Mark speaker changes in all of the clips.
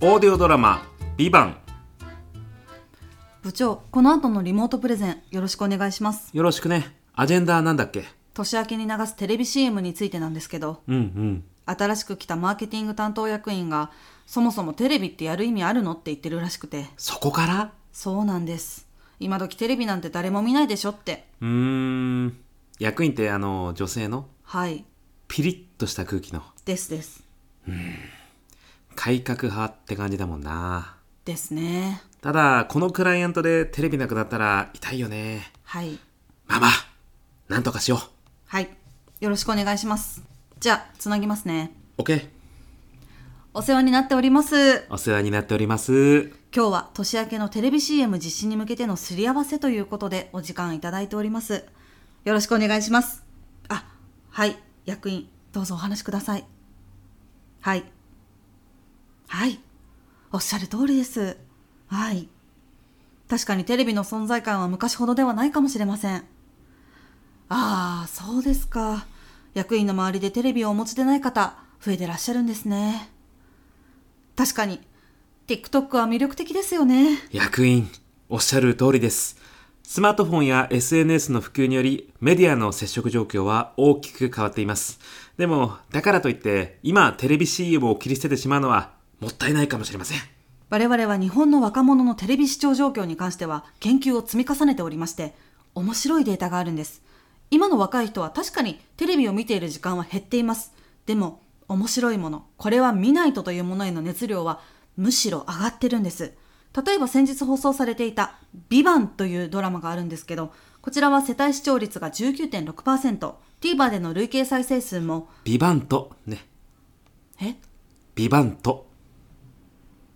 Speaker 1: オーディオドラマ「ビバン
Speaker 2: 部長この後のリモートプレゼンよろしくお願いします
Speaker 1: よろしくねアジェンダなんだっけ
Speaker 2: 年明けに流すテレビ CM についてなんですけど
Speaker 1: うんうん
Speaker 2: 新しく来たマーケティング担当役員がそもそもテレビってやる意味あるのって言ってるらしくて
Speaker 1: そこから
Speaker 2: そうなんです今時テレビなんて誰も見ないでしょって
Speaker 1: うーん役員ってあの女性の
Speaker 2: はい
Speaker 1: ピリッとした空気の
Speaker 2: ですです
Speaker 1: 改革派って感じだもんな
Speaker 2: ですね
Speaker 1: ただこのクライアントでテレビなくなったら痛いよね
Speaker 2: はい
Speaker 1: ママなんとかしよ
Speaker 2: はいよろしくお願いしますじゃあつなぎますね
Speaker 1: う OK
Speaker 2: お世話になっております
Speaker 1: お世話になっております
Speaker 2: 今日は年明けのテレビ CM 実施に向けてのすり合わせということでお時間いただいておりますよろしくお願いしますあはい役員どうぞお話しくださいはいはいおっしゃる通りですはい確かにテレビの存在感は昔ほどではないかもしれませんああそうですか役員の周りでテレビをお持ちでない方増えてらっしゃるんですね確かに TikTok は魅力的ですよね
Speaker 1: 役員おっしゃる通りですスマートフォンや SNS の普及によりメディアの接触状況は大きく変わっていますでもだからといって今テレビ CM を切り捨ててしまうのはもったいないかもしれません
Speaker 2: 我々は日本の若者のテレビ視聴状況に関しては研究を積み重ねておりまして面白いデータがあるんです今の若い人は確かにテレビを見ている時間は減っていますでも面白いものこれは見ないとというものへの熱量はむしろ上がってるんです例えば先日放送されていた「ビバンというドラマがあるんですけどこちらは世帯視聴率が 19.6%TVer での累計再生数も
Speaker 1: ビバントね
Speaker 2: え
Speaker 1: ビバント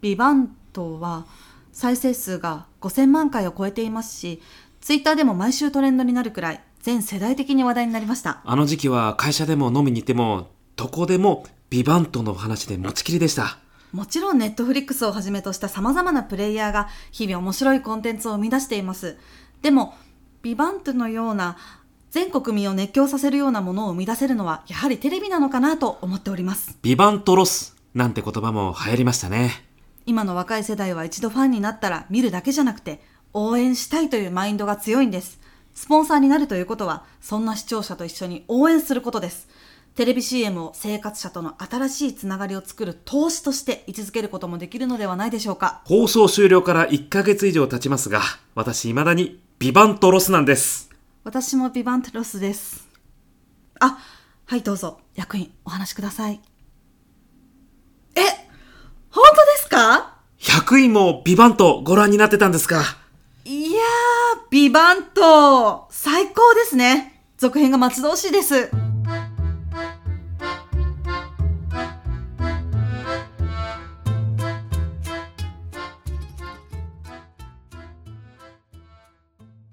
Speaker 2: ビバントは再生数が5000万回を超えていますし、ツイッターでも毎週トレンドになるくらい全世代的に話題になりました。
Speaker 1: あの時期は会社でも飲みに行ってもどこでもビバントの話で持ちきりでした
Speaker 2: もちろんネットフリックスをはじめとした様々なプレイヤーが日々面白いコンテンツを生み出しています。でも、ビバントのような全国民を熱狂させるようなものを生み出せるのはやはりテレビなのかなと思っております。
Speaker 1: ビバントロスなんて言葉も流行りましたね
Speaker 2: 今の若い世代は一度ファンになったら見るだけじゃなくて応援したいというマインドが強いんですスポンサーになるということはそんな視聴者と一緒に応援することですテレビ CM を生活者との新しいつながりを作る投資として位置づけることもできるのではないでしょうか
Speaker 1: 放送終了から1ヶ月以上経ちますが私未だにビバントロスなんです
Speaker 2: 私もビバントロスですあはいどうぞ役員お話しくださいえ本当ですか
Speaker 1: 100位もビバンとご覧になってたんですか
Speaker 2: いやー、ビバント最高ですね続編が待ち遠しいです